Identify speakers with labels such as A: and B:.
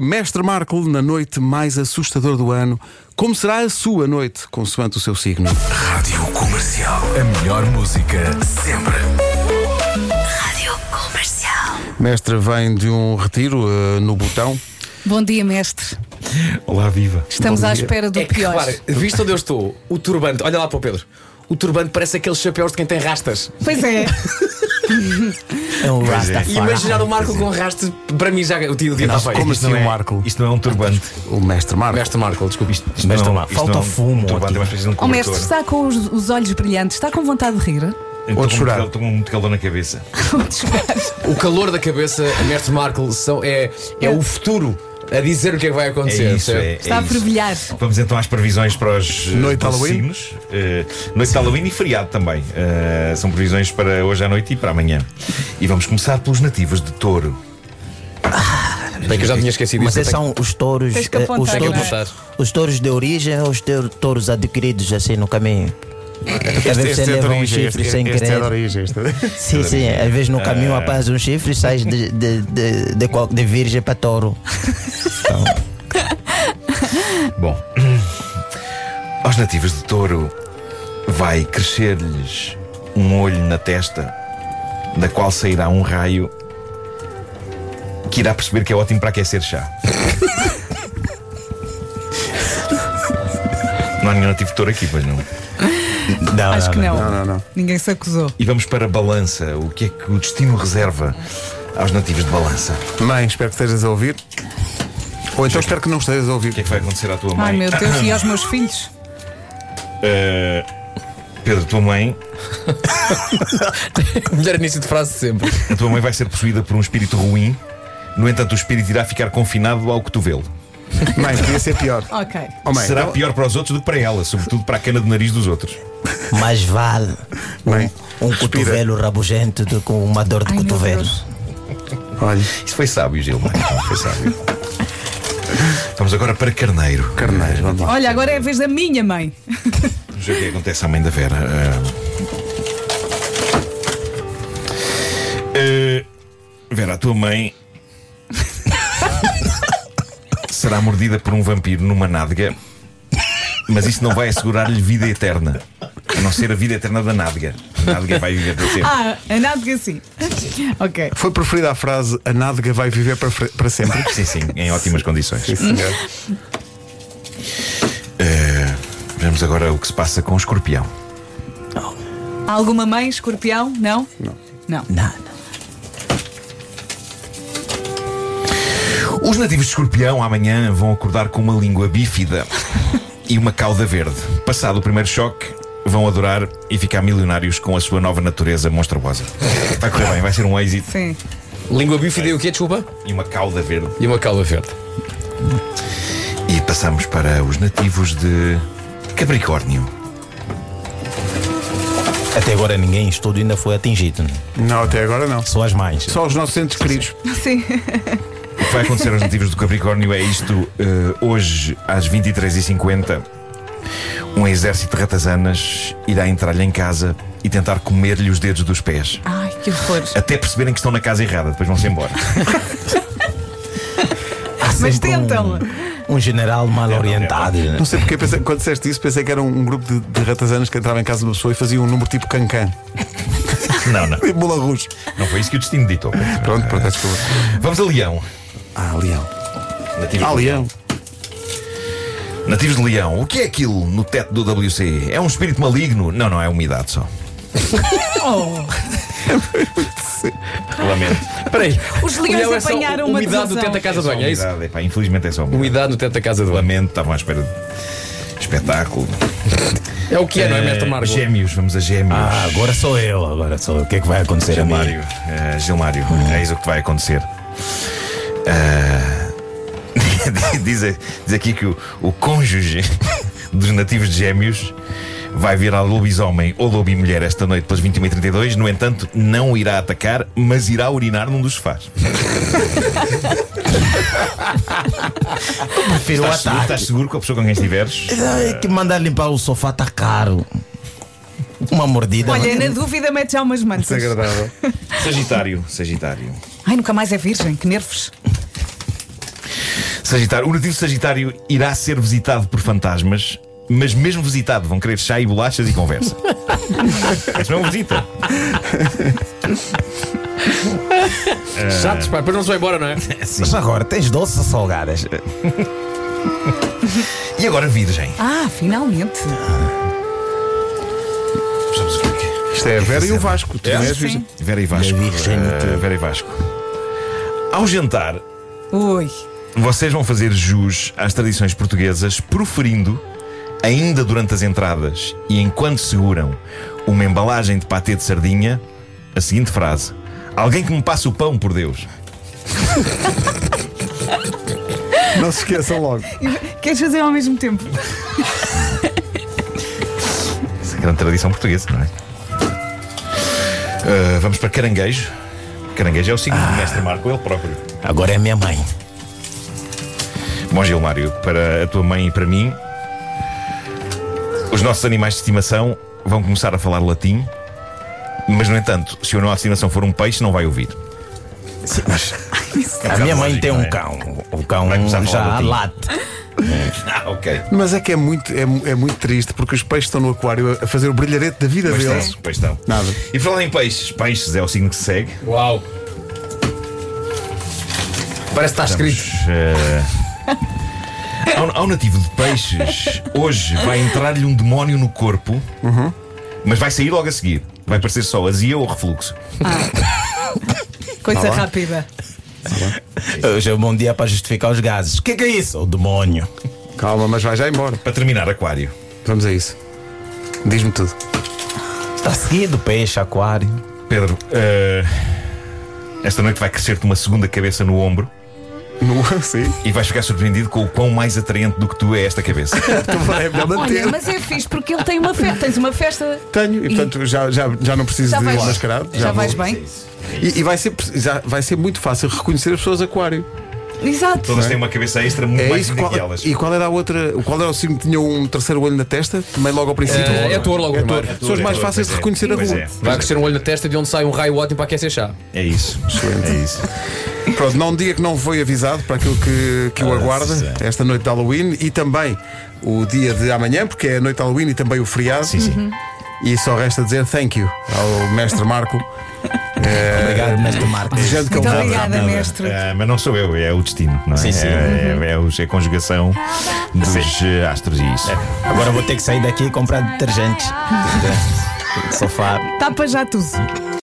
A: Mestre Marco, na noite mais assustadora do ano, como será a sua noite, consoante o seu signo?
B: Rádio Comercial. A melhor música sempre.
C: Rádio Comercial.
A: Mestre vem de um retiro eh, no Botão.
D: Bom dia, mestre.
E: Olá, viva.
D: Estamos à espera do
F: É que,
D: pior.
F: repara, visto onde eu estou, o turbante, olha lá para o Pedro. O turbante parece aqueles chapéus de quem tem rastas.
D: Pois é.
E: É um
F: E imaginar o Marco com rastas, para mim já o dia tá o dia está feio.
A: como assim o Marco?
E: Isto não é um turbante.
A: O Mestre Marco.
F: Mestre Marco, desculpe. Isto,
E: Isto não, isto não é um turbante, é uma espécie de um
D: O mestre
E: cobertor.
D: está com os, os olhos brilhantes, está com vontade de rir.
E: Eu
A: Ou de
E: estou com
A: chorar.
E: muito cal- Estou com muito calor um na cabeça.
F: o calor da cabeça, Mestre Marco, são, é, é o futuro a dizer o que é que vai
E: É
F: acontecer.
E: isso,
F: percebe?
E: é, é
D: Está a
E: isso.
D: fervilhar.
E: Vamos então às previsões para os eh,
A: Noite de
E: para os
A: Halloween?
E: signos. Eh, noite de Halloween e feriado também. Eh, são previsões para hoje à noite e para amanhã. E vamos começar pelos nativos de touro. é.
F: Bem que eu já tinha esquecido
G: Mas
F: isso. eu
G: esses
F: tenho-
G: são os touros,
D: Tens que
G: eh,
D: apontar,
G: os,
F: Tenho que
G: touros
F: apontar.
G: os touros de origem ou os teu- touros adquiridos assim no caminho?
A: É,
G: Porque às
E: é
G: vezes você leva um chifre sem querer.
A: origem.
G: sim, sim. Às vezes no caminho apanhas um chifre e sais de, de, de, de, qual- de virgem para touro. Então,
E: Bom, aos nativos de touro vai crescer-lhes um olho na testa, da qual sairá um raio que irá perceber que é ótimo para aquecer chá. não há nenhum nativo de touro aqui, pois não.
G: não,
D: Acho que não.
A: Não, não, não.
D: Ninguém se acusou.
E: E vamos para a balança. O que é que o destino reserva aos nativos de balança?
A: Mãe, espero que estejas a ouvir. Ou então espero que não estejas a
E: O que é
A: ouvir.
E: que vai acontecer à tua mãe?
D: Ai meu Deus, e aos meus filhos?
E: Eh, Pedro, tua mãe
F: Melhor início de frase de sempre.
E: A tua mãe vai ser possuída por um espírito ruim. No entanto, o espírito irá ficar confinado ao cotovelo.
A: Mãe, podia ser pior.
D: Ok.
A: Oh, mãe,
E: Será
A: então-
E: pior para os outros do que para ela, sobretudo para a cana do nariz dos outros.
G: mais vale
A: Bem,
G: um, um
A: respira.
G: cotovelo rabugento do que uma dor de
D: Ai, meu
G: cotovelo.
D: Deus.
A: Olha,
E: Isso foi sábio, Gilmar. Foi sábio. Vamos agora para Carneiro.
A: carneiro, vamos lá.
D: Olha, agora é a vez da minha mãe.
E: Vamos ver o que acontece à mãe da Vera. Ah. Ah, Vera, a tua mãe será mordida por um vampiro numa nádega, mas isso não vai assegurar-lhe vida eterna. A não ser a vida eterna da nádega. A nádega vai viver para sempre.
D: Ah, a nádega sim. Ok.
A: Foi preferida a frase a nádega vai viver para, fre- para sempre.
E: Sim, sim, em ótimas condições.
A: Sim, senhor.
E: Ah, vemos agora o que se passa com o escorpião.
D: Há alguma mãe, escorpião? Não? Não. Não.
G: Não, não.
E: Os nativos de escorpião amanhã vão acordar com uma língua bífida e uma cauda verde. Passado o primeiro choque, vão adorar e ficar milionários com a sua nova natureza monstruosa. Vai correr bem, vai ser um êxito.
D: Sim.
F: Língua bífida e o quê, desculpa?
E: E uma cauda verde.
F: E uma calva verde.
E: E passamos para os nativos de Capricórnio.
G: Até agora ninguém em estudo ainda foi atingido. né?
A: Não, até agora não.
G: Só as mães.
A: Só os nossos entes queridos.
D: Sim.
E: O que vai acontecer aos nativos do Capricórnio é isto. eh, hoje, às 23h50, um exército de ratazanas irá entrar-lhe em casa e tentar comer-lhe os dedos dos pés.
D: Ai, que horror.
E: Até perceberem que estão na casa errada, depois vão-se embora.
D: Ah, Mas
G: Sempre
D: tentam.
G: Um, um general mal orientado. né?
A: Não sei porque pensei- quando disseste isso, pensei que era um, um grupo de, de ratazanas que entrava em casa de uma pessoa e fazia um número tipo cancan.
E: Não, não.
A: Tipo Mula Rouge.
E: Não foi isso que o destino ditou.
A: Pronto, pronto, é desculpa.
E: Vamos a Leão.
A: Ah, leão.
E: Nativos,
A: Ah, leão.
E: Nativos de Leão. O que é aquilo no teto do WC? É um espírito maligno? Não, não, é umidade só.
F: Oh.
E: Lamento.
F: Espera aí.
D: Os leões
F: Leão é só
D: apanharam uma
F: umidade
D: desilusão.
F: no teto da casa de banho, é isso?
E: Umidade, epá, infelizmente é só umidade.
F: Umidade no teto da casa de banho.
E: Lamento, estavam à espera de espetáculo.
F: É o que é, não é,
E: Eh,
F: Mestre Marco?
E: Gêmeos, vamos a gêmeos.
G: Ah, agora sou eu, agora sou eu. O que é que vai acontecer a mim?
E: Gilmário, eh, Gilmário, eis o que vai acontecer. Eh, Ah, diz, diz aqui que o, o cônjuge dos nativos de gêmeos vai virar lobisomem ou lobimulher esta noite pelas 21h32. No entanto, não irá atacar, mas irá urinar num dos sofás.
G: Prefiro o
E: Estás seguro,
G: ataque.
E: estás seguro com a pessoa com quem estiveres?
G: É que mandar limpar o sofá tá caro. Uma mordida.
D: Olha, na dúvida mete já umas mantas.
A: Desagradável.
E: Sagitário, Sagitário.
D: Ai, nunca mais é virgem, que nervos.
E: Sagitário. O nativo de Sagitário irá ser visitado por fantasmas, mas mesmo visitado vão querer chá e bolachas e conversa. Isso não é uma visita.
F: Chatos, pá, depois não se vai embora, não é?
E: Mas
G: agora, tens doces ou salgadas?
E: E agora, Virgem.
D: Ah, finalmente.
E: Vejamos o que é que é.
A: Isto é a Vera e o Vasco. Tu não és
D: Sim.
A: virgem.
E: Vera e Vasco. Eh, Vera e Vasco. Ao jantar,
D: Ui.
E: vocês vão fazer jus às tradições portuguesas, proferindo, ainda durante as entradas e enquanto seguram uma embalagem de patê de sardinha, a seguinte frase: Alguém que me passe o pão, por Deus.
A: Não se esqueçam logo.
D: Queres fazer ao mesmo tempo?
E: Essa é a grande tradição portuguesa, não é? Eh, vamos para caranguejo. Caranguejo é o signo do mestre Marco, ele próprio.
G: Agora é minha mãe.
E: Bom, Gilmário, para a tua mãe e para mim, os nossos animais de estimação vão começar a falar latim, mas, no entanto, se o animal de estimação for um peixe, não vai ouvir.
G: A minha mãe tem um cão. O cão
E: Vai começar a falar
G: já
E: latim.
G: late.
E: Ah, ok.
A: Mas é que é muito, é, mu- é muito triste porque os peixes estão no aquário a- a fazer o brilharete da vida
E: Pois
A: deles.
E: estão, pois estão.
A: Nada.
E: E por falar em peixes, peixes é o signo que se segue.
F: Uau. Parece que está escrito.
E: Eh, ao, ao nativo de peixes, hoje vai entrar-lhe um demónio no corpo, mas vai sair logo a seguir. Vai parecer só azia ou refluxo.
D: Coisa rápida.
G: Hoje é um bom dia para justificar os gases. O que, que é isso? O demônio.
A: Calma, mas vai já embora.
E: Para terminar, aquário.
A: Vamos a isso. Diz-me tudo.
G: Está seguido, peixe, aquário.
E: Pedro, eh, esta noite vai crescer-te uma segunda cabeça no ombro
A: No, sim.
E: e vais ficar surpreendido com o quão mais atraente do que tu é esta cabeça.
A: Então é melhor manter.
D: Olha, mas é fixe porque ele tem uma festa. Tens uma festa.
A: Tenho, e portanto já, já, já não preciso
D: Já
A: de
D: vais-
A: mascarado.
D: Já, vais
A: vou.
D: bem?
A: E, e vai, ser, já vai ser muito fácil reconhecer as pessoas aquário.
D: Exato.
E: Todas têm uma cabeça extra muito
A: É
E: mais
A: isso
E: linda
A: qual,
E: que elas.
A: E qual era a outra? Qual era o signo que tinha um terceiro olho na testa? Também logo ao princípio.
F: É, é ator logo, é ator.
A: São os mais fáceis de reconhecer na
E: pois
A: rua.
E: É, pois
F: Vai
E: é.
F: crescer um olho na testa de onde sai um raio ótimo para aquecer chá.
E: É isso. É isso.
A: Pronto, não dia que não foi avisado para aquilo que, que o
E: Ah,
A: aguarda
E: sim.
A: esta noite de Halloween e também o dia de amanhã, porque é a noite de Halloween e também o feriado.
E: Sim, sim.
A: E só resta dizer thank you ao mestre Marco,
G: Obrigado, mestre Marcos.
A: desejando que ele
D: Muito
A: volte.
D: obrigada, mestre.
E: Ah, mas não sou eu, é o destino, não é?
G: Sim, sim.
E: É, é- é os- é a conjugação dos eh, astros e
G: É.
E: isso.
G: Agora vou ter que sair daqui e comprar detergente. Sofá.
D: Tapa já tudo.